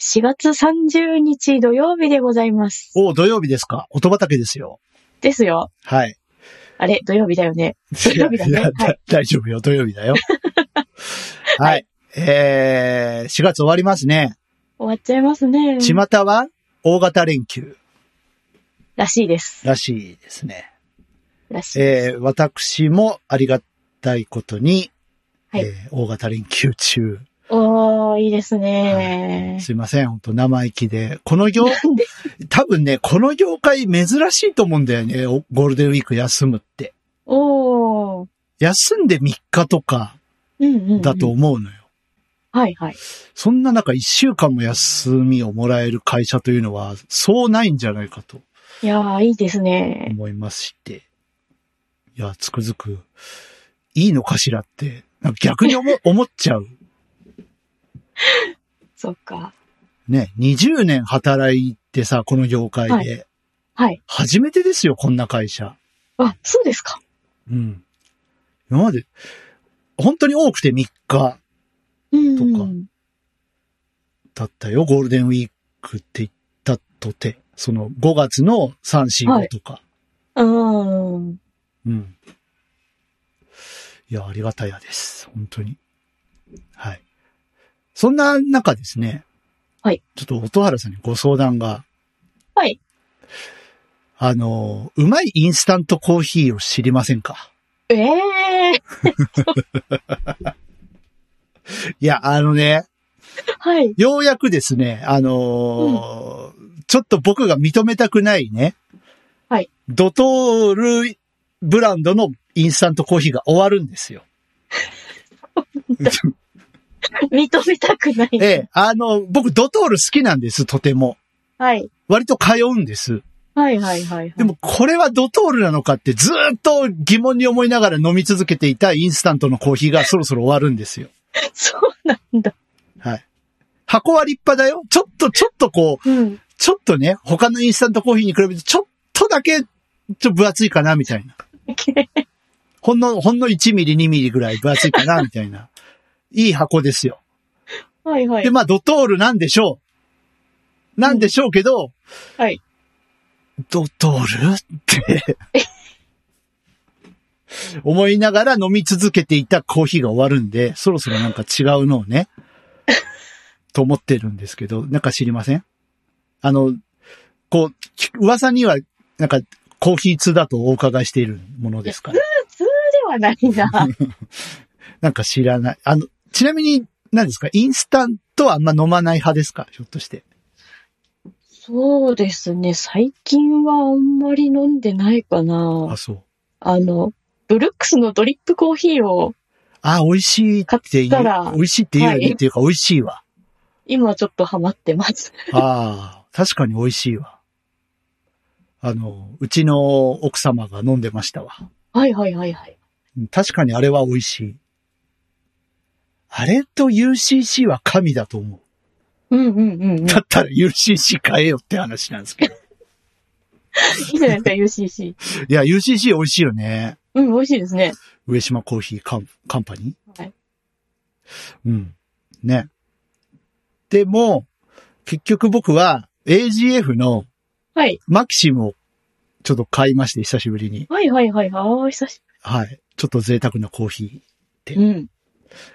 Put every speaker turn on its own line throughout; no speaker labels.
4月30日土曜日でございます。
お、土曜日ですか音畑ですよ。
ですよ。
はい。
あれ、土曜日だよね。
土
曜日だねはい
大丈夫よ、土曜日だよ。はい。
は
えー、4月終わりますね。
終わっちゃいますね。
巷は大型連休
らしいです。
らしいですね。
らしい。
えー、私もありがたいことに、
はい
えー大型連休中。
おー、いいですね。
すいません、本当生意気で。この業、多分ね、この業界珍しいと思うんだよね、おゴールデンウィーク休むって。
おー。
休んで3日とか
うんうん、うん。
だと。思うのよ。
はいはい。
そんな中、1週間も休みをもらえる会社というのは、そうないんじゃないかと
いやー、いいですね。
思いまして。いや、つくづく、いいのかしらって、なんか逆に思思っちゃう。
そっか。
ね、20年働いてさ、この業界で。
ははい。
初めてですよ、こんな会社。
あ、そうですか。
うん。今まで、本当に多くて3日
うん。
とかだったよ、ゴールデンウィークって言ったとて。その5月の3、
は
4、
い
5とか。
うん。
うん。いや、ありがたやです。本当に。はい。そんな中ですね。
はい。
ちょっと音原さんにご相談が。
はい。
あの、うまいインスタントコーヒーを知りませんか
ええー。
いや、あのね、
はい。
ようやくですね、あのーちょっと僕が認めたくないね。
はい。
ドトールブランドのインスタントコーヒーが終わるんで すよ。
認めたくない。
ええ、あの、僕ドトール好きなんです、とても。
はい。
割と通うんです。
はいはいはいはい。
でもこれはドトールなのかってずーっと疑問に思いながら飲み続けていたインスタントのコーヒーがそろそろ終わるんですよ。
そうなんだ。
はい。箱は立派だよ。ちょっと、ちょっとこう、
うん。
ちょっとね、他のインスタントコーヒーに比べてちょっとだけ、ちょっと分厚いかな、みたいな。ほんの、ほんの1ミリ、2ミリぐらい分厚 いかな、みたいな。いい箱ですよ。
はいはい
で、。まあ、ドトールなんでしょう。なんでしょうけど、
はい。
ドトール って、思いながら飲み続けていたコーヒーが終わるんで、そろそろなんか違うのをね、と思ってるんですけど、なんか知りませんあの、こうき、噂には、なんか、コーヒー通だとお伺いしているものですから、
ではないな。
なんか知らない。あの、ちなみに、何ですかインスタントはあんま飲まない派ですかひょっとして。
そうですね。最近はあんまり飲んでないかな
あ、。そう。
あの、ブルックスのドリップコーヒーを
あ、美味しいって
買っ
言
た
う
ら。
美味しいって言うよ
は
ね
い
っていうか、美味しいわ。
今ちょっとハマってます。
ああ、確かに美味しいわ。あの、うちの奥様が飲んでましたわ。
はいはいはいはい。
うん確かにあれは美味しい。あれと UCC は神だと思
うんうんうんうん。
う。だったら UCC 買えよって話なんです けど。
いいじゃないですか、UCC。
いや、UCC 美味しいよね。
うん、美味しいですね。
上島コーヒーカンカンパニー。
はい
うん。ね。でも、結局僕は AGF の
はい。
マキシムをちょっと買いまして、久しぶりに。
はいはいはいはい。あー久し
はい。ちょっと贅沢なコーヒ
ぶり。うん。
ー。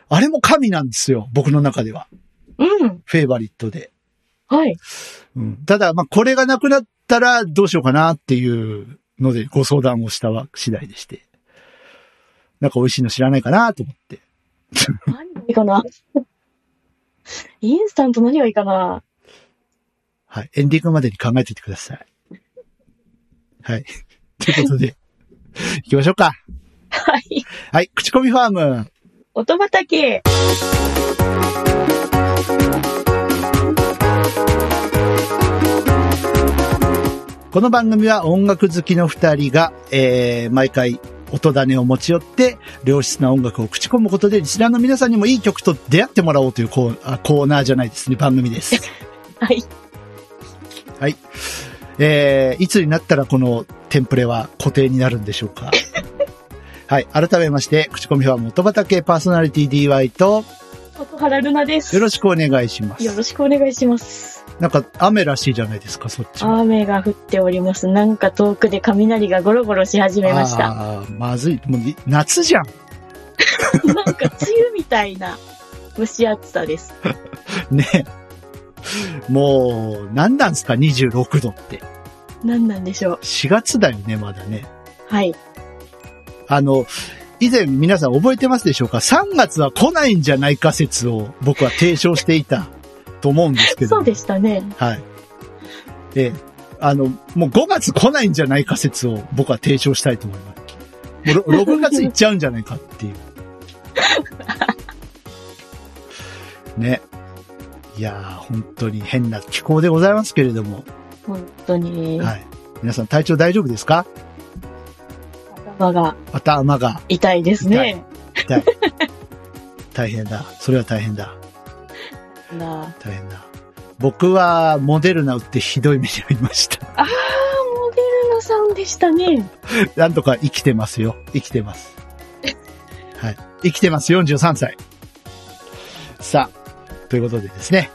あれも神なんですよ。僕の中では。
うん。
フェーバリットで。
はい。
うん、ただ、まあ、これがなくなったらどうしようかなっていうのでご相談をしたわ次第でして。なんか美味しいの知らないかなと思って。
何がいいかな インスタント何がいいかな
はい。エンディングまでに考えていてください。はい。ということで、行きましょうか。
はい。
はい。口コミファーム。
音畑。
この番組は音楽好きの二人が、えー、毎回音種を持ち寄って、良質な音楽を口コむことで、リスナーの皆さんにもいい曲と出会ってもらおうというコーあコーナーじゃないですね、番 組です。
はい。
えー、いつになったらこのテンプレは固定になるんでしょ うか。はい。改めまして、口コミファーム音畑パーソナリティ DY と、
徳原ルナです。
よろしくお願いします。
よろしくお願いします。
なんか雨らしいじゃないですか、そっちも。
雨が降っております。なんか遠くで雷がゴロゴロし始めました。
あーまずい。もうい夏じゃん。
なんか梅雨みたいな蒸し暑さです。
ねえもう、なんなんすか、26度って。
何なんでしょう。
4月だよね、まだね。
はい。
あの、以前皆さん覚えてますでしょうか ?3 月は来ないんじゃないか説を僕は提唱していたと思うんですけど。
そうでしたね。
はい。ええ、あの、もう5月来ないんじゃないか説を僕は提唱したいと思います。もうろ6月行っちゃうんじゃないかっていう。 ね。いやー、本当に変な気候でございますけれども。
本当に、
はい。皆さん体調大丈夫ですか
頭が
頭が
痛いですね。
痛い。大変だ。それは大変だ。
なあ
大変だ。僕はモデルナ打ってひどい目に遭いました。
あー、モデルナさんでしたね。
なんとか生きてますよ。生きて ます。はい。生きてます。43歳。さあ、ということでですね。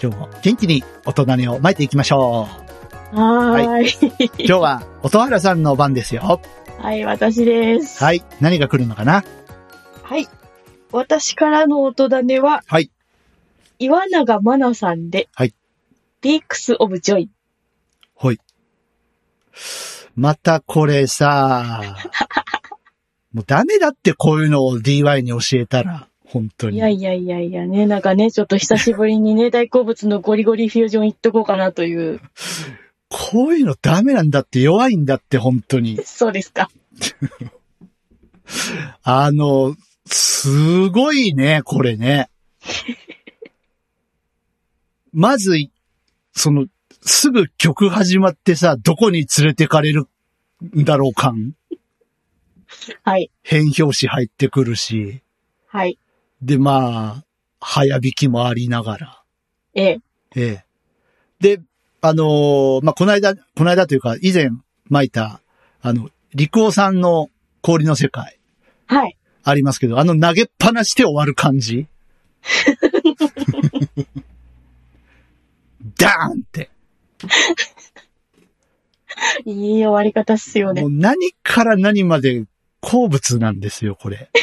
今日も元気に大人根を巻いていきましょ
はーい。
う。今日は音原さんの番ですよ。
はい、私です。
はい。何が来るのかな
はい。私からの音種は、
はい。
岩永真奈さんで、
はい。
ピークス・オブ・ジョイ。
はい。またこれさ、 もうダメだってこういうのを DY に教えたら、本当に。
いやいやいやいやね、なんかね、ちょっと久しぶりにね、 大好物のゴリゴリフュージョン行っとこうかなという。
こういうのダメなんだって弱いんだって本当に。
そうですか。
あの、すごいね、これね。まずい、その、すぐ曲始まってさ、どこに連れてかれるんだろう感。
はい。
変表紙入ってくるし。
はい。
で、まあ、早弾きもありながら。
ええ。
ええ。で、あのーまあ、この間、この間というか、以前巻いた、あの、陸王さんの氷の世界
はい。
ありますけど、あの投げっぱなしで終わる感じ ダーンって。
いい終わり方っすよね
も。う何から何まで好物なんですよ、これ。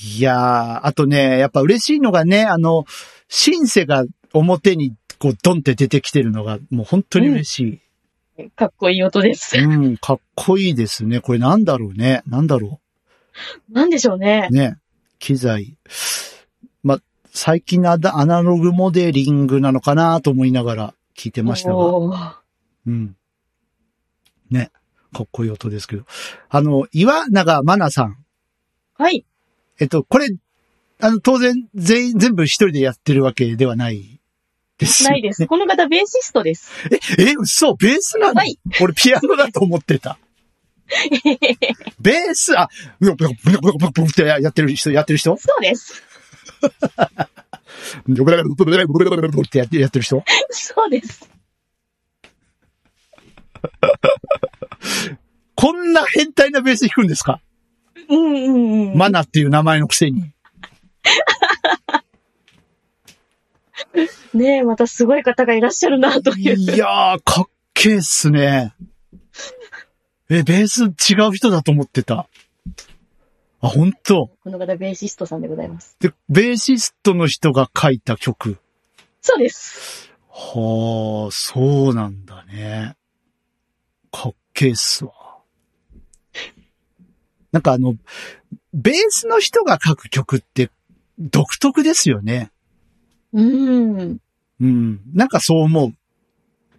いやー、あとね、やっぱ嬉しいのがね、あの、シンセが表にこうドンって出てきてるのが、もう本当に嬉し
かっこいい音です
い。。うん、かっこいいですね。これなんだろうね。なんだろ
なんでしょうね
う。。ね。機材。ま、最近のアダアナログモデリングなのかなと思いながら聞いてましたが。
おー
うん。ね。かっこいい音ですけど。あの、岩永真奈さん。
はい。
えっと、これ、あの、当然、全員、全部一人でやってるわけではないです。
ないです。この方、ベーシストです。
え、嘘ベースなの、
はい
俺ピアノだと思ってた。ベース、あ、ブロブロブロブロブロブロってやってる人、やってる人
そうです。
ブロブロブロブロブロブロブロってやってやってる人
そうです。
こんな変態なベース弾くんですか
うんうんうん。
マナっていう名前のくせに。
ねえ、またすごい方がいらっしゃるな、という。
いやー、かっけえっすね。え、ベース違う人だと思ってた。あ、本当
この方、ベーシストさんでございます。
で、ベーシストの人が書いた曲。
そうです。
はあ、そうなんだね。かっけえっすわ。なんかあの、ベースの人が書く曲って独特ですよね。
うん。
うん。なんかそう思う。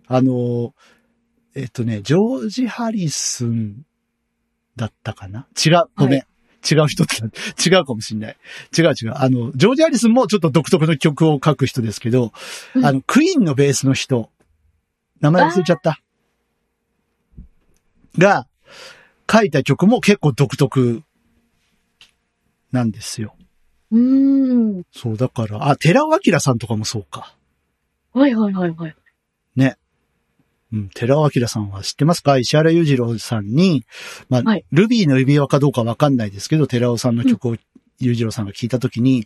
あの、えっとね、ジョージ・ハリスンだったかな違う、ごめん。
は
違う人って、 違うかもしんない。違う違う。あの、ジョージ・ハリスンもちょっと独特の曲を書く人ですけど、
うん
あの、クイーンのベースの人、名前忘れちゃった。が、書いた曲も結構独特なんですよ。
うん。
そう、だから、あ、寺尾明さんとかもそうか。
はいはいはいはい。
うん、寺尾明さんは知ってますか石原裕次郎さんに、まあ、
はい
ルビーの指輪かどうかわかんないですけど、寺尾さんの曲を裕次郎さんが聞いたときに、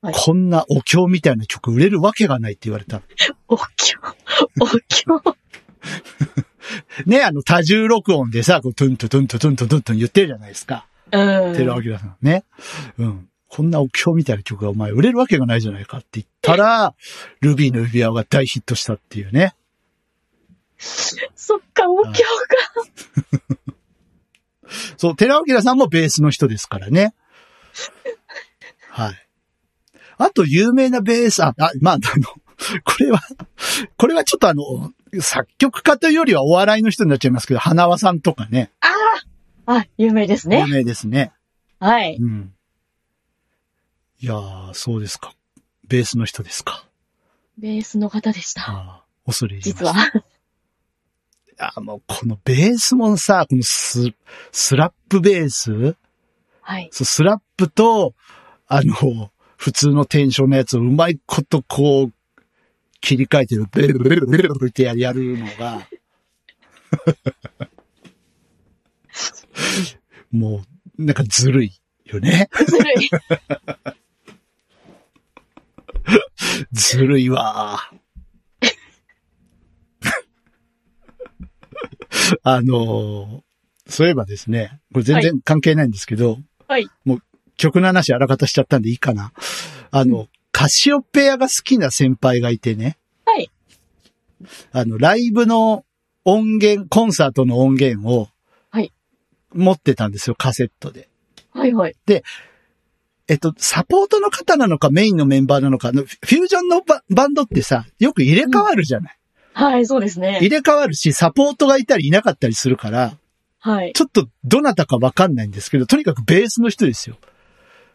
はい
こんなお経みたいな曲売れるわけがないって言われた。
お経、お経。
ね、あの、多重録音でさ、こう、トゥントゥトゥントゥトゥントゥトゥントゥン言ってるじゃないですか。
うん。
寺脇さんね。うん。こんなお経みたいな曲がお前売れるわけがないじゃないかって言ったら、ルビーの指輪が大ヒットしたっていうね。
そっか、お経が。
そう、寺脇さんもベースの人ですからね。はい。あと、有名なベース、あ、あまあ、あの、これは、これはちょっとあの、作曲家というよりはお笑いの人になっちゃいますけど、花輪さんとかね、
あああ、有名です
有
ね。
名ですね。
はい。
うん。いやー、そうですか。ベースの人ですか。
ベースの方でした。
あー恐れ入りまし
実
た。
は。
あーもうこのベースもさ、このス、スラップベース
はい。
そう、スラップと、あの、普通のテンションのやつをうまいことこう、切り替えてる、ベルベルベルベルってややるの が、もう、なんかずるいよね。
ずるい。
ずるいわ。あのーそういえばですね、これ全然関係ないんですけど、
はい
もう曲の話あらかたしちゃったんでいいかな。あの、カシオペアが好きな先輩がいてね。
はい
あの、ライブの音源、コンサートの音源を、
はい
持ってたんですよ、カセットで。
はいはい。
えっと、サポートの方なのかメインのメンバーなのか、あのフュージョンのババンドってさ、よく入れ替わるじゃない。
はい、そうです ね。
入れ替わるし、サポートがいたりいなかったりするから、
はい。
ちょっとどなたかわかんないんですけど、とにかくベースの人ですよ。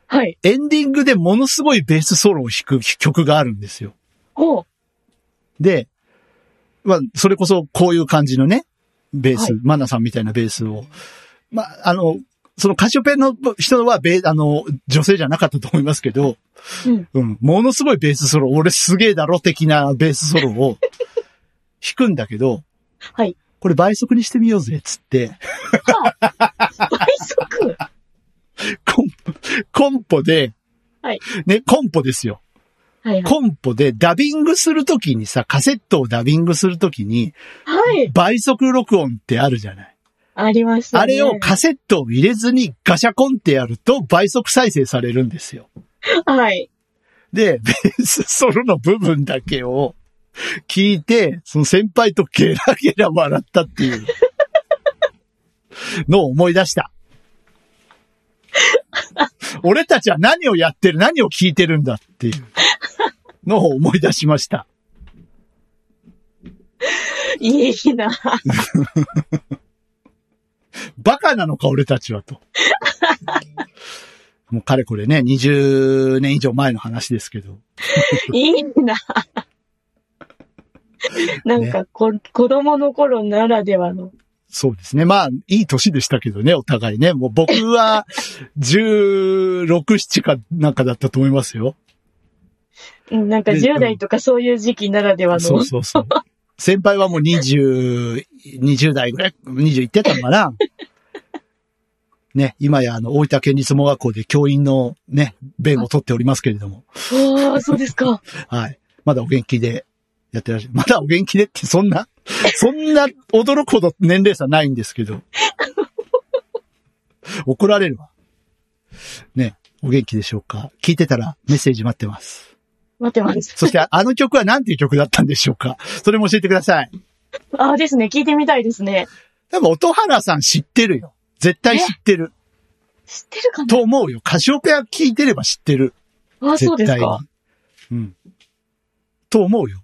はい。
エンディングでものすごいベースソロを弾く曲があるんですよ。
おう。
で、まあ、それこそこういう感じのね、ベース、
はい
マナさんみたいなベースを。まあ、あの、そのカシオペの人はベー、あの、女性じゃなかったと思いますけど、
うん。
うん、ものすごいベースソロ、俺すげえだろ的なベースソロを弾くんだけど、
はい。
これ倍速にしてみようぜ、つって、
倍速。
コンポ、コンポで、
はい
ね、コンポですよ。
はいはい。
コンポでダビングするときにさ、カセットをダビングするときに、
はい。
倍速録音ってあるじゃない。
ありましたね。
あれをカセットを入れずにガシャコンってやると倍速再生されるんですよ。
はい。
で、ベースソロの部分だけを聞いて、その先輩とゲラゲラ笑ったっていうのを思い出した。俺たちは何をやってる、何を聞いてるんだっていうのを思い出しました。
いいな。
バカなのか、俺たちはと。もうかれこれね、20年以上前の話ですけど。
いいな。なんかこ、子供の頃ならではの。
そうですね。まあ、いい年でしたけどね、お互いね。もう僕は、16、7かなんかだったと思いますよ。
うんなんか
で
10代とかそういう時期ならでは
そ
の
う。そうそう。先輩はもう20、20代ぐらい、20いってたのかな。ね、今やあの、大分県立盲学校で教員のね、弁を取っておりますけれども。
ああ、そうですか。
はい。まだお元気でやってらっしゃる。まだお元気でってそんな、 そんな驚くほど年齢差ないんですけど。 怒られるわ。ね、お元気でしょうか聞いてたらメッセージ待ってます。
待ってます。
そして ああの曲は何ていう曲だったんでしょうかそれも教えてください。
ああですね。聞いてみたいですね。
多分、音原さん知ってるよ。絶対知ってる。
知ってるかな
と思うよ。カシオペア聞いてれば知ってる。
ああ、そうで
絶
す
対に
か。。
うん。と思うよ。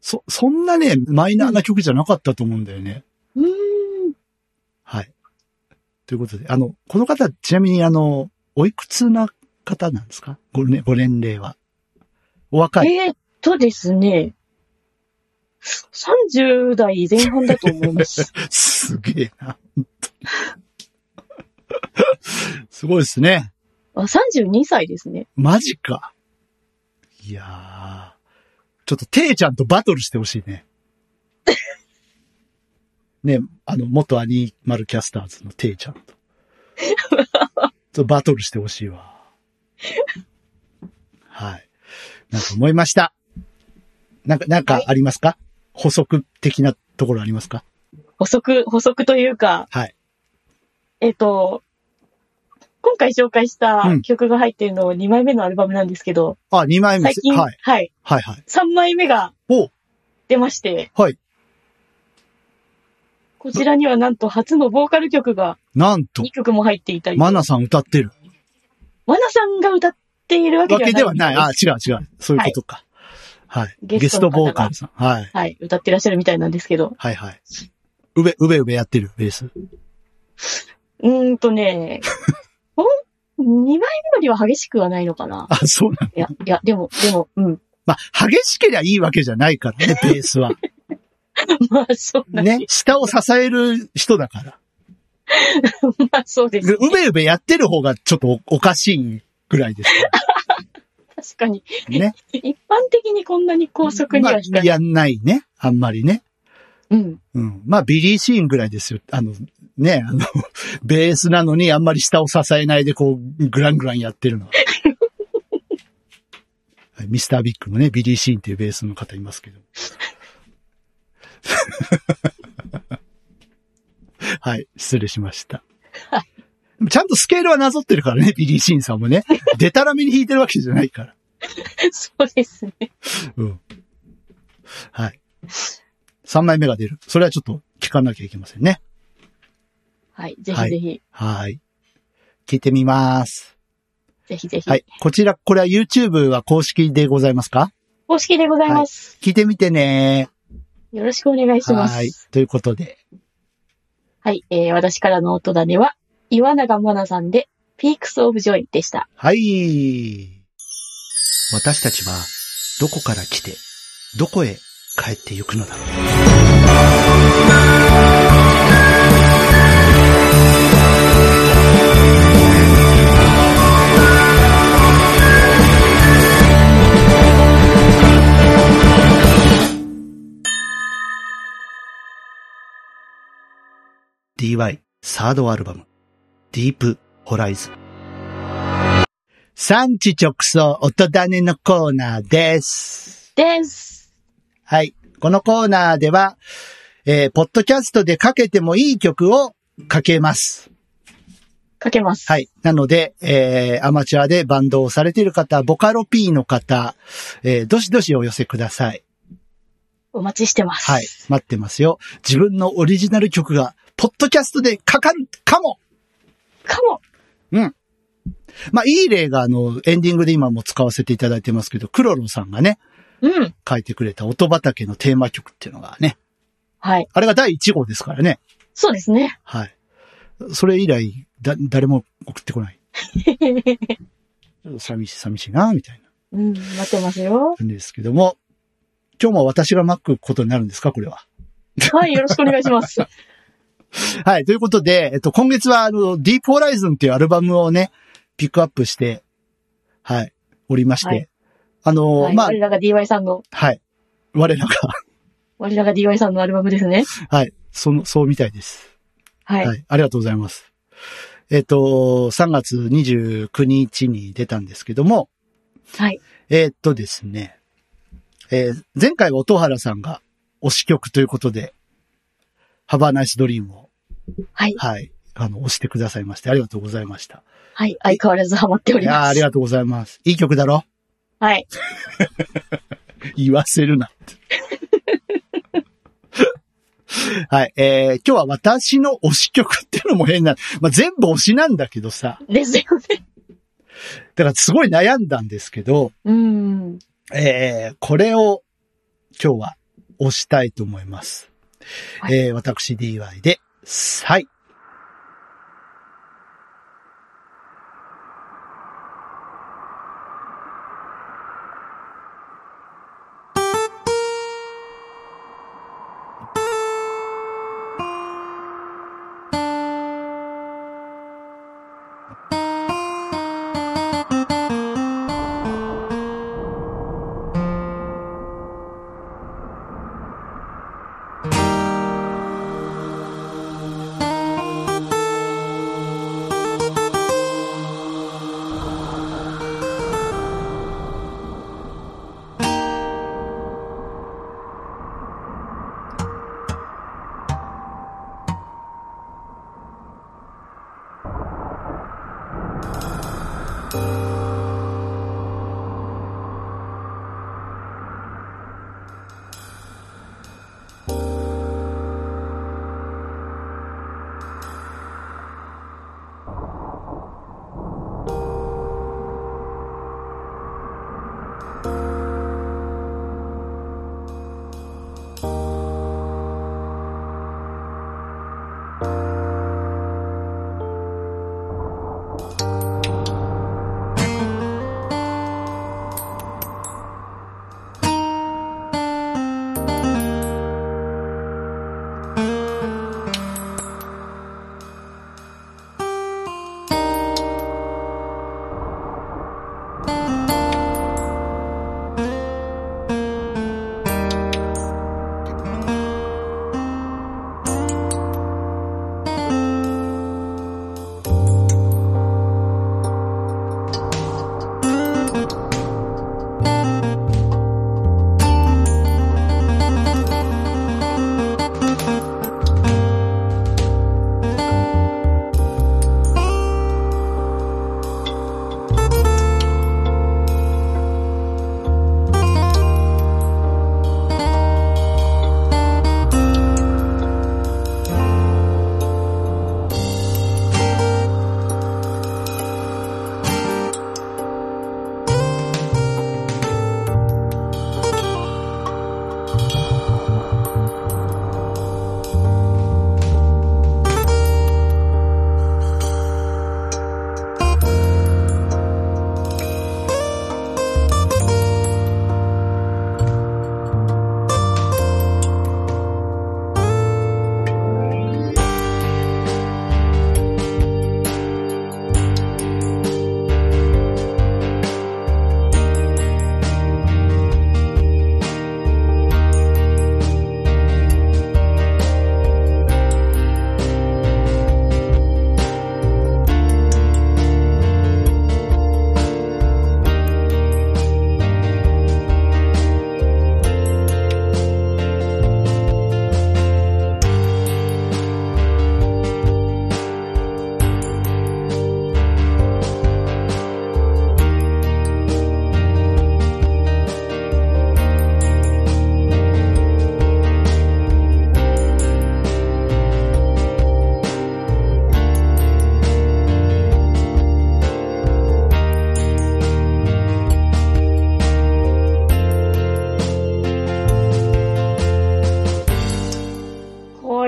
そ、そんなね、マイナーな曲じゃなかったと思うんだよね。
うーん。
はい。ということで、あの、この方、ちなみに、あの、おいくつな方なんですかご,、ね、ご年齢は。お若い。
えーっとですね。30代前半だと思い ます。
すげえな。本当に すごいですね。
あ、32歳ですね。
マジか。いやー。ちょっと、ていちゃんとバトルしてほしい ね。ね、あの、元アニマルキャスターズのていちゃんと。ちょっとバトルしてほしいわ。はい。なんか思いました。なんか、なん
は
か
い
ありますか、補足的なところありますか
補足、補足というか、
はい。
えっ、と、今回紹介した
うん
曲が入っているの2枚目のアルバムなんですけど、
あ、2枚目
最
です。
近、
はい。
はい、
はいはい。
3枚目が
おう
出まして、
はい。
こちらにはなんと初のボーカル曲が
なんと
2、曲も入っていたりと、
マナさん歌ってる
マナさんが歌っているわけ
わ
ではな
け
い。
ではない。あ、違う違う。そういうことか。はい。ゲ
ゲ
ス
ス
ト
トの方が
ボーカルさん。はい。
はい、歌ってらっしゃるみたいなんですけど、
はいはい。うべ、うべうべやってる、ベース。
うーんと ね、ほん、2枚目よりは激しくはないのかな。
あ、そうなの。
いや、いや、でも、でも、うん。
まあ、激しけりゃいいわけじゃないから ね、ベースは。
まあ、そうなんで
ね。下を支える人だから。
まあ、そうです。
うべうべやってる方がちょっとおおかしいぐらいですか
確かに。
ら ね。
一般的にこんなに高速に
ま
は
あ
引かない。
やんないね。あんまりね。
うん。
うん。まあ、ビリー・シーンぐらいですよ。あの、ね、あの、 ベースなのにあんまり下を支えないで、こう、グラングランやってるのは。はいミスター・ビッグのね、ビリー・シーンっていうベースの方いますけど。はい、失礼しました。ちゃんとスケールはなぞってるからね、ビリー・シーンさんもね。でたらめに弾いてるわけじゃないから。
そうですね。
うん。はい。3枚目が出る。それはちょっと聞かなきゃいけませんね。
はい。ぜひぜひ、
はい。聞いてみます。
ぜひぜひ、
はい。こちら、これは YouTube は公式でございますか
公式でございます、
聞いてみてね。
よろしくお願いしま
はい
す。。
ということで。
はい。えー、私からの音種は、岩永真奈さんで、ピークスオブジョイでした。
はい。私たちは、どこから来て、どこへ帰ってゆくのだろう。DY サードアルバムディープホライズン産地直送音種のコーナーです。
です。
はい。このコーナーでは、えーポッドキャストでかけてもいい曲をかけます。
かけます。
はい。なので、えーアマチュアでバンドをされている方、ボカロ P の方、えーどしどしお寄せください。
お待ちしてます。
はい。待ってますよ。自分のオリジナル曲が、ポッドキャストでかかるかも
かも。
まあ、いい例が、あの、エンディングで今も使わせていただいてますけど、クロロさんがね、
うん。
書いてくれた音畑のテーマ曲っていうのがね、
はい。
あれが第1号ですからね。
そうですね。
はい。それ以来、だ、誰も送ってこない。 ちょっと寂しい、寂しいな、みたいな。
うん。待ってます よ。
んですけども、今日も私が巻くことになるんですかこれは。
はい。よろしくお願いします。
はい。ということで、えっと、今月は、あの、ディープホライズンっていうアルバムをね、ピックアップして、はい、おりまして。
はい
あの、
はい、
まあ
我、らが DY さんの、
はい。我らが、
我らが DY さんのアルバムですね。
はい。その、そうみたいです。
はい。
はい。ありがとうございます。えっ、と、3月29日に出たんですけども、
はい。
えっ、とですね、えー前回は音原さんが推し曲ということで、ハバーナイスドリームを、
はい。
はい、あの、推してくださいまして、ありがとうございました。
はい。相変わらずハマってお
い
り
やー
ます。
ありがとうございます。いい曲だろ
はい。
言わせるな って。はい、えー今日は私の推し曲っていうのも変な、まあ、全部推しなんだけどさ、
ですよね。
だからすごい悩んだんですけど、
うん。
えーこれを今日は押したいと思います。
はい
えー私 DY で、サイ。
「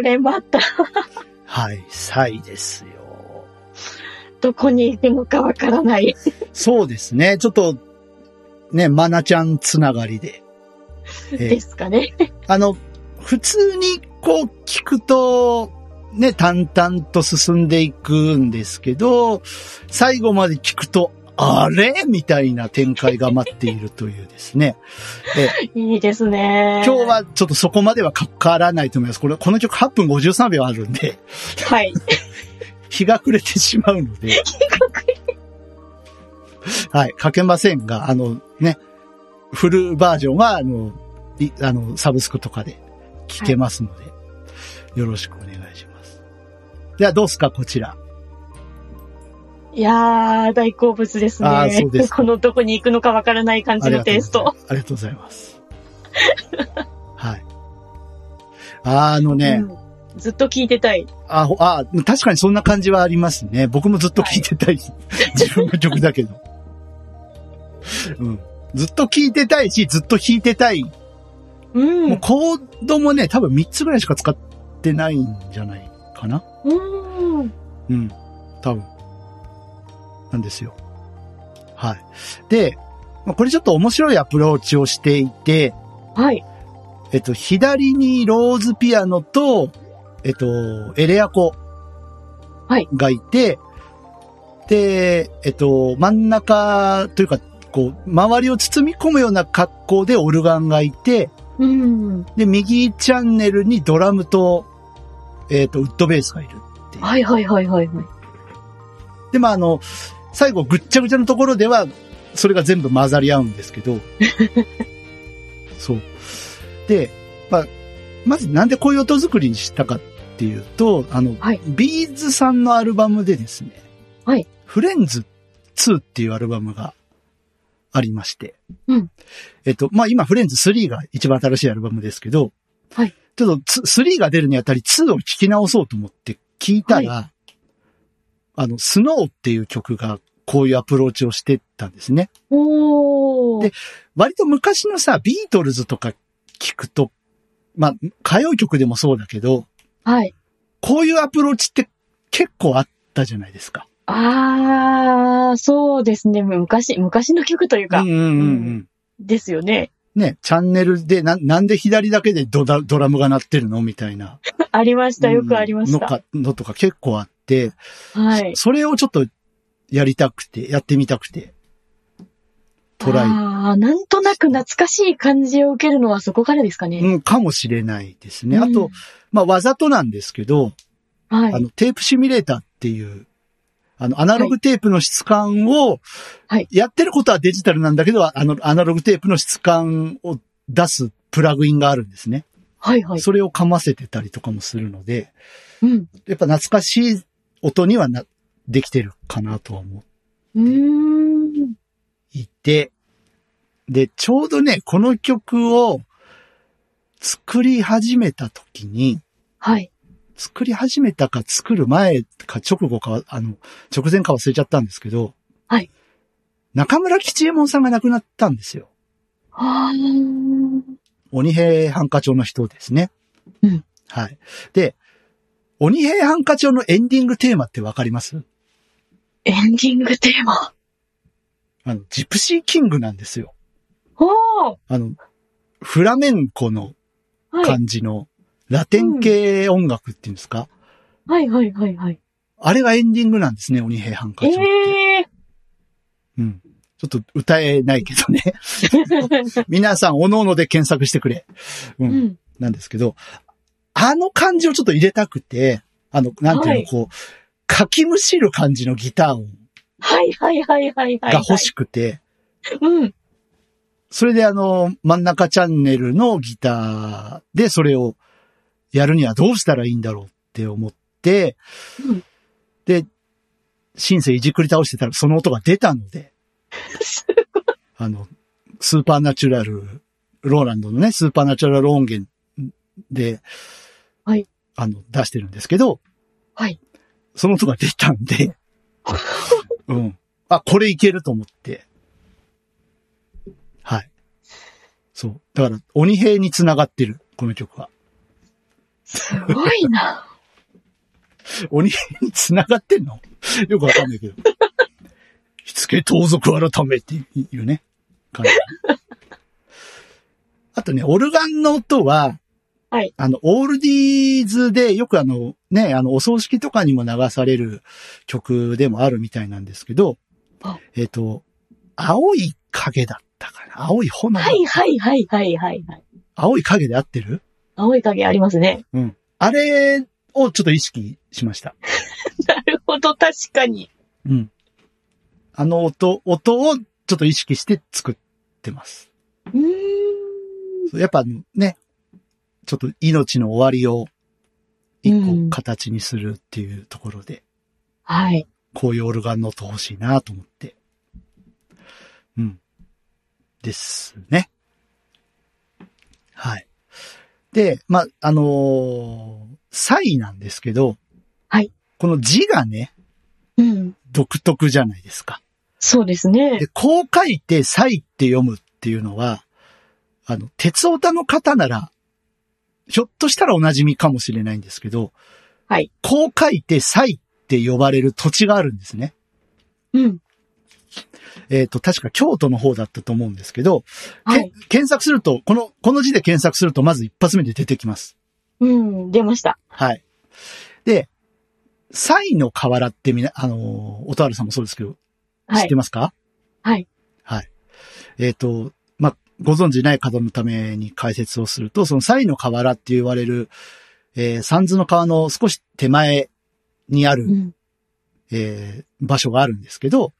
れまた、
はい、サイですよ。
どこにいてもかわからない。
そうですね。ちょっと、ね、マナちゃんつながりで。えー
ですかね。
あの、普通にこう聞くと、ね、淡々と進んでいくんですけど、最後まで聞くと、あれみたいな展開が待っているというですね。
いいですね。
今日。はちょっとそこまではかからないと思います。これ、この曲8分53秒あるんで、
はい。
日が暮れてしまうので、はい、かけませんが、あのね、フルバージョンは、あの、いあの、サブスクとかで聞けますので、よろしくお願いします。では、どうすか、こちら。
いやー、大好物ですね。
あーそうですか
このどこに行くのかわからない感
あ
じ
り
の
がと
テ
う
イ
ご
ス
ざいま
ト。
す。ありがとうございます。はい。あのね、
うんずっと聞いてたい。
あ、ほあ、確かにそんな感じはありますね。僕もずっと聴いてたい。 自分の曲だけど。うん。ずっと聴いてたいし、ずっと弾いてたい。
うん。
もうコードもね、多分3つぐらいしか使ってないんじゃないかな。
うん。
うん。多分。なんですよ。はい。で、まあこれちょっと面白いアプローチをしていて、
はい。
えっと、左にローズピアノと、えっと、エレアコ
はい
がいて、で、えっと、真ん中というか、こう、周りを包み込むような格好でオルガンがいて、
うん。
で、右チャンネルにドラムと、えっと、ウッドベースがいる。
はいはいはいはいはい。
で、まあ、あの、最後ぐっちゃぐちゃのところでは、それが全部混ざり合うんですけど。そう。で、まあ、まずなんでこういう音作りにしたかっていうと、あの、
はい
ビーズさんのアルバムでですね、
はい
フレンズ2っていうアルバムがありまして、
うん
えっと、まあ、今フレンズ3が一番新しいアルバムですけど、
はい
ちょっとつ3が出るにあたり2を聞き直そうと思って聞いたら、あの、スノーっていう曲がこういうアプローチをしてたんですね。
おー。
で割と昔のさ、ビートルズとか聞くと、まあ、歌謡曲でもそうだけど、
はい。
こういうアプローチって結構あったじゃないですか。
あー、そうですね。昔、昔の曲というか、
んうん
うんうん。ですよね。
ね、チャンネルでな、なんで左だけでドラドラムが鳴ってるのみたいな。
ありました。よくありまし
の
た。
か、のとか結構あって、
はい。
それをちょっとやりたくて、やってみたくて、トライ
あーなんとなく懐かしい感じを受けるのはそこからですかね。
うん、かもしれないですね。
うん
あと、まあ、わざとなんですけど、
はい
あ。の、テープシミュレーターっていう、あの、アナログテープの質感を、
はい
やってることはデジタルなんだけど、あの、アナログテープの質感を出すプラグインがあるんですね。
はいはい。
それをかませてたりとかもするので、
うん。
やっぱ懐かしい音にはな、できてるかなとは思
うーん。
いて、で、ちょうどね、この曲を作り始めた時に、
はい。
作り始めたか作る前か直後かは、あの、直前か忘れちゃったんですけど、
はい。
中村吉右衛門さんが亡くなったんですよ。
あー。
鬼平犯科帳の人ですね。
うん。
はい。で、鬼平犯科帳のエンディングテーマってわかります
エンディングテーマ。
あの、ジプシーキングなんですよ。
おー。
あの、フラメンコの
はい。
感じのラテン系音楽っていうんですか、
はいはいはいはい。
あれがエンディングなんですね、鬼平犯科帳って。
え
うん。ちょっと歌えないけどね。
ー。
皆さん、おのおので検索してくれ。う。
うんん。
なんですけど、あの感じをちょっと入れたくて、あの、なんていう
は
の、
い
こう、かきむしる感じのギター音
はいはいはいはいはい。
が欲しくて、
うん。
それであの、真ん中チャンネルのギターでそれをやるにはどうしたらいいんだろうって思って、
うん
で、シンセいじくり倒してたらその音が出たので、
す
あの、スーパーナチュラル、ローランドのね、スーパーナチュラル音源で、
はい
あの、出してるんですけど、
はい。
その音が出たんで、うん。あ、これいけると思って。はい。そう。だから、鬼兵につながってる、この曲は。
すごいな。
鬼に繋がってんのよくわかんないけど。しつけ盗賊改めっていうね。感じ。あとね、オルガンの音は、
はい。
あの、オールディーズでよくあの、ね、あの、お葬式とかにも流される曲でもあるみたいなんですけど
あ、
えっ、と、青い影だったかな青い炎だ、
はいはいはいはいはいはい。
青い影で合ってる
青い影ありますね。
あれをちょっと意識しました。
なるほど、確かに。
うん。あの音、音をちょっと意識して作ってます。
うーん。
そうやっぱあのね、ちょっと命の終わりを一
うん
個形にするっていうところで、
はい。
こういうオルガンの音欲しいなと思って。うん。ですね。はい。で、まあ、あのーサイなんですけど、
はい。
この字がね、
うん。
独特じゃないですか。
そうですね
で、。こう書いて、サイって読むっていうのは、あの、鉄オタの方なら、ひょっとしたらお馴染みかもしれないんですけど、
はい。
こう書いて、サイって呼ばれる土地があるんですね。
うん。
えっ、と、確か京都の方だったと思うんですけど、
は
け
い。
検索すると、この、この字で検索すると、まず一発目で出てきます。
うん、出ました。
はい。で、サイの河原ってみな、あのー、おたわるさんもそうですけど、
は
知っ
い
て。ますか
はい。
はい。えっ、と、まあ、ご存知ない方のために解説をすると、そのサイの河原って言われる、えー、三途の川の少し手前にある、
うん。
えー場所があるんですけど、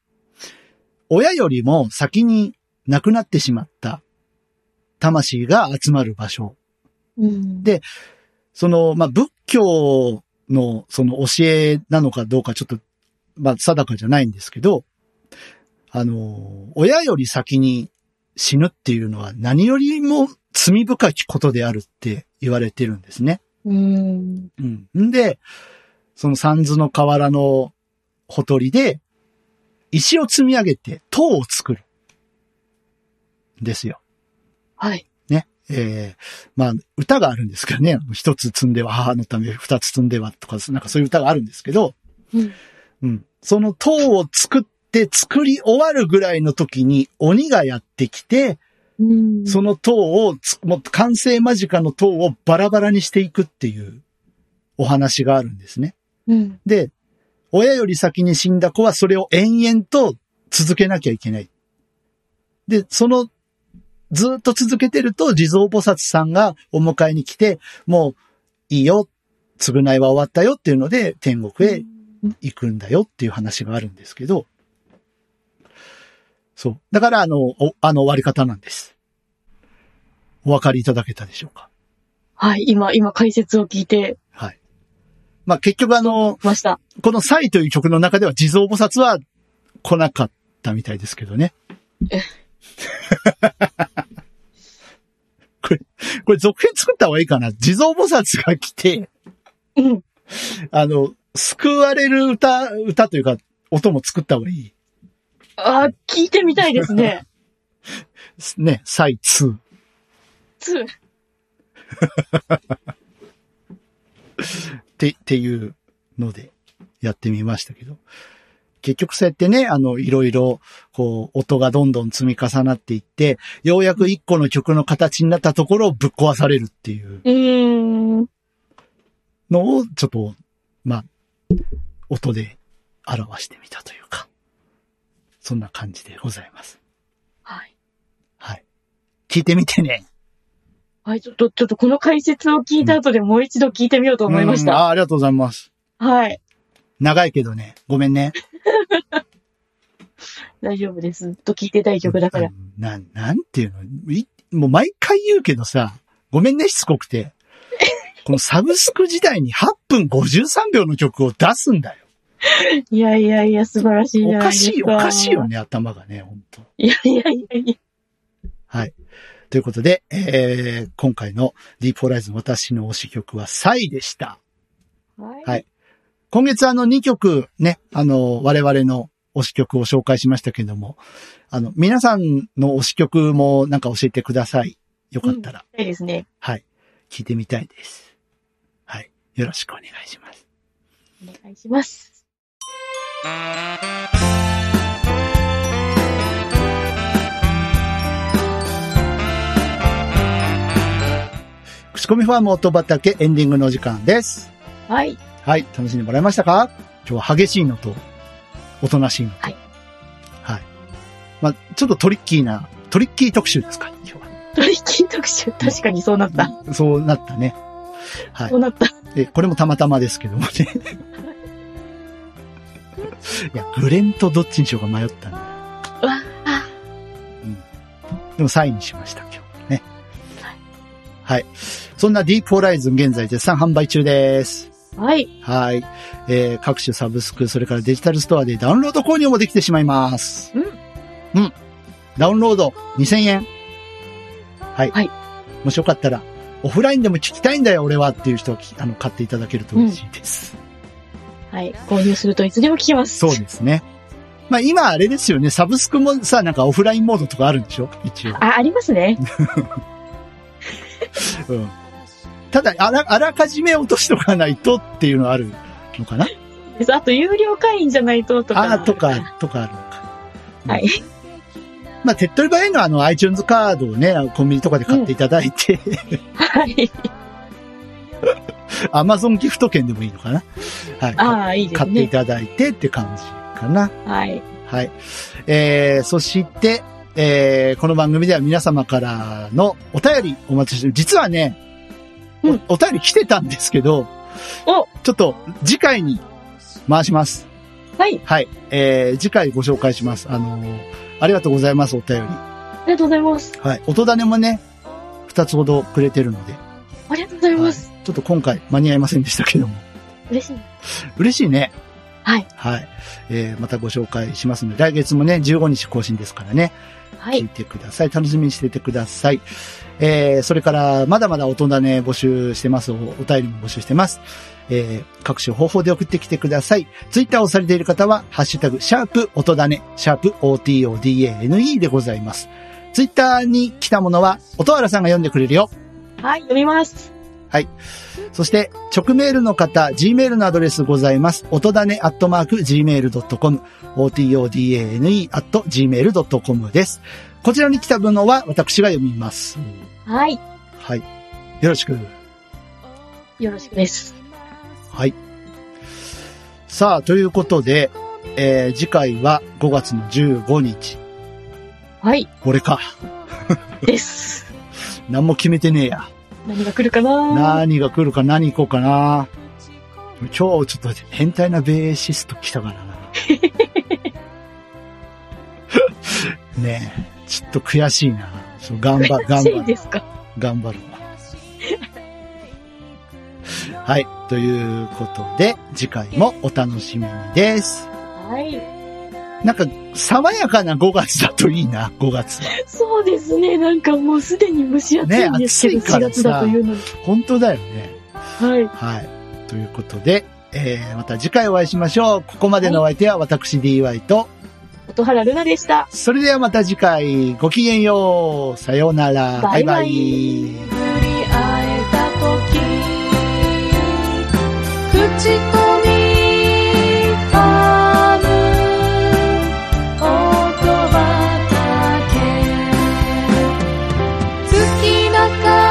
親よりも先に亡くなってしまった魂が集まる場所。
うん。
でその、まあ、仏教のその教えなのかどうかちょっと、まあ、定かじゃないんですけど、あの、親より先に死ぬっていうのは何よりも罪深きことであるって言われてるんですね。
うん。
うん。んで、その三途の河原のほとりで、石を積み上げて塔を作る。ですよ。
はい。
ええまあ、歌があるんですけどね。一つ積んでは母のため、二つ積んではとか、なんかそういう歌があるんですけど、
うん。
うん。その塔を作って作り終わるぐらいの時に鬼がやってきて、
うん。
その塔をつ、もう完成間近の塔をバラバラにしていくっていうお話があるんですね。
うん。
で、親より先に死んだ子はそれを延々と続けなきゃいけない。で、その、ずっと続けてると、地蔵菩薩さんがお迎えに来て、もう、いいよ、償いは終わったよっていうので、天国へ行くんだよっていう話があるんですけど、そう。だから、あの、おあの終わり方なんです。お分かりいただけたでしょうか
はい。今、今解説を聞いて
はい。まあ、結局あの、
ました。
このサイという曲の中では地蔵菩薩は来なかったみたいですけどね。 これ、これ続編作った方がいいかな。地蔵菩薩が来て、
うん。
あの、救われる歌、歌というか、音も作った方がいい。
あー、聞いてみたいです ね。
ね、サイ2。
つ
って、っていうのでやってみましたけど。結局そうやってね、あの、いろいろ、こう、音がどんどん積み重なっていって、ようやく一個の曲の形になったところをぶっ壊されるっていう
うーん。
のを、ちょっと、まあ、音で表してみたというか、そんな感じでございます。
はい。
はい。聞いてみてね。
はい、ちょっと、ちょっとこの解説を聞いた後でもう一度聞いてみようと思いまし
うん
た。
あーありがとうございます。
はい。
長いけどね、ごめんね。
大丈夫です。ずっと聞いてたい曲だから
う。ん。な、なんていうのいもう毎回言うけどさ、ごめんね、しつこ くて。このサブスク時代に8分53秒の曲を出すんだよ。
いやいやいや、素晴らしいじ
お
ゃない
か
です
しい、お
か。
かしいよね、頭がね、本当
いやいやいやいや。
はい。ということで、えー、今回のディープホライズン私の推し曲はサイでした。
はい
はい今月あの2曲ね、あの、我々の推し曲を紹介しましたけれども、あの、皆さんの推し曲もなんか教えてください。よかったら。
いいですね。
はい。聞いてみたいです。よろしくお願いします。
お願いします。
口コミファーム音畑エンディングの時間です。
はい。
はい、楽しんでもらいましたか今日は激しいのと、おとなしいのと。は
はいい。
まあ、ちょっとトリッキーな、トリッキー特集ですか、今
取引特集、確かにそうなっ
日
た。
は。そうなったね。はい
そう。なった。
え、これもたまたまですけどもね。いや、グレンとどっちにしようか迷ったんだよ
うわあ
でも3位にしました、今日ね。はい。そんなディープホライズン現在絶賛販売中です。
はい。
はい。えー各種サブスク、それからデジタルストアでダウンロード購入もできてしまいます。うん。うん。ダウンロード2000円。はい。
はい
もしよかったら、オフラインでも聞きたいんだよ、俺はっていう人はきあの、買っていただけると嬉しいです。
はい。購入するといつでも聞けます。
そうですね。まあ今あれですよね、サブスクもさ、なんかオフラインモードとかあるんでしょ一応。
あ、ありますね。
うん。ただあら、あらかじめ落としとかないとっていうのはあるのかな
あと、有料会員じゃないと、とか。
ああ、とか、とかあるのか。
はい。
まあ手っ取り早いのはあの iTunes カードをね、コンビニとかで買っていただいて、
はい。
Amazon ギフト券でもいいのかなはい。
ああ、いいです
買ってい
ね。
ただいてって感じかな。
はい。
はい。えー、そして、えー、この番組では皆様からのお便りお待ちしてる。実はね、お
うん
お便り来てたんですけど、
お
ちょっと次回に回します。
はい。
はい。えー、次回ご紹介します。あのーありがとうございます、お便り。
ありがとうございます。
はい。音種もね、二つほどくれてるので、
ありがとうございます。
ちょっと今回間に合いませんでしたけども。
嬉しい。
嬉しいね。
はい。
はい。えー、またご紹介しますので、来月もね、15日更新ですからね。
は
聞い
い。
てください。楽しみにしててください。えー、それから、まだまだ大人ね、募集してます。おお便りも募集してます。えー、各種方法で送ってきてください。ツイッターをされている方は、ハッシュタグ、シャープ、音だね、シャープ、otodane でございます。ツイッターに来たものは、音原さんが読んでくれるよ。
はい。読みます。
そして、直メールの方、Gmail のアドレスございます。音だねアットマーク Gmail.com、otodane アット Gmail.com です。こちらに来た分のは私が読みます。
はい。
はい。よろしく。
よろしくです。
はい。さあ、ということで、えー次回は5月の15日。
はい。
これか。
です。
何も決めてねえや。
何が来るかな
何が来るか何行こうかな。今日ちょっと変態なベーシスト来たから な。ねえ、ちょっと悔しいな。そう頑張る、頑
嬉しい
張
で
る、
すか
頑張るわ。はい、ということで、次回もお楽しみにです。
はい。
なんか、爽やかな5月だといいな、5月は。
そうですね。なんかもうすでに蒸し暑いんですけど、
ね暑いか
4
らさ
月だというのに。
本当だよね。
はい。
はい。ということで、えー、また次回お会いしましょう。ここまでのお相手は私 DY と、
音原ルナでした。
それではまた次回、ごきげんよう。さようなら。
バイバイ
バイバイ
巡り会えた時口コミファーム音畑好きな香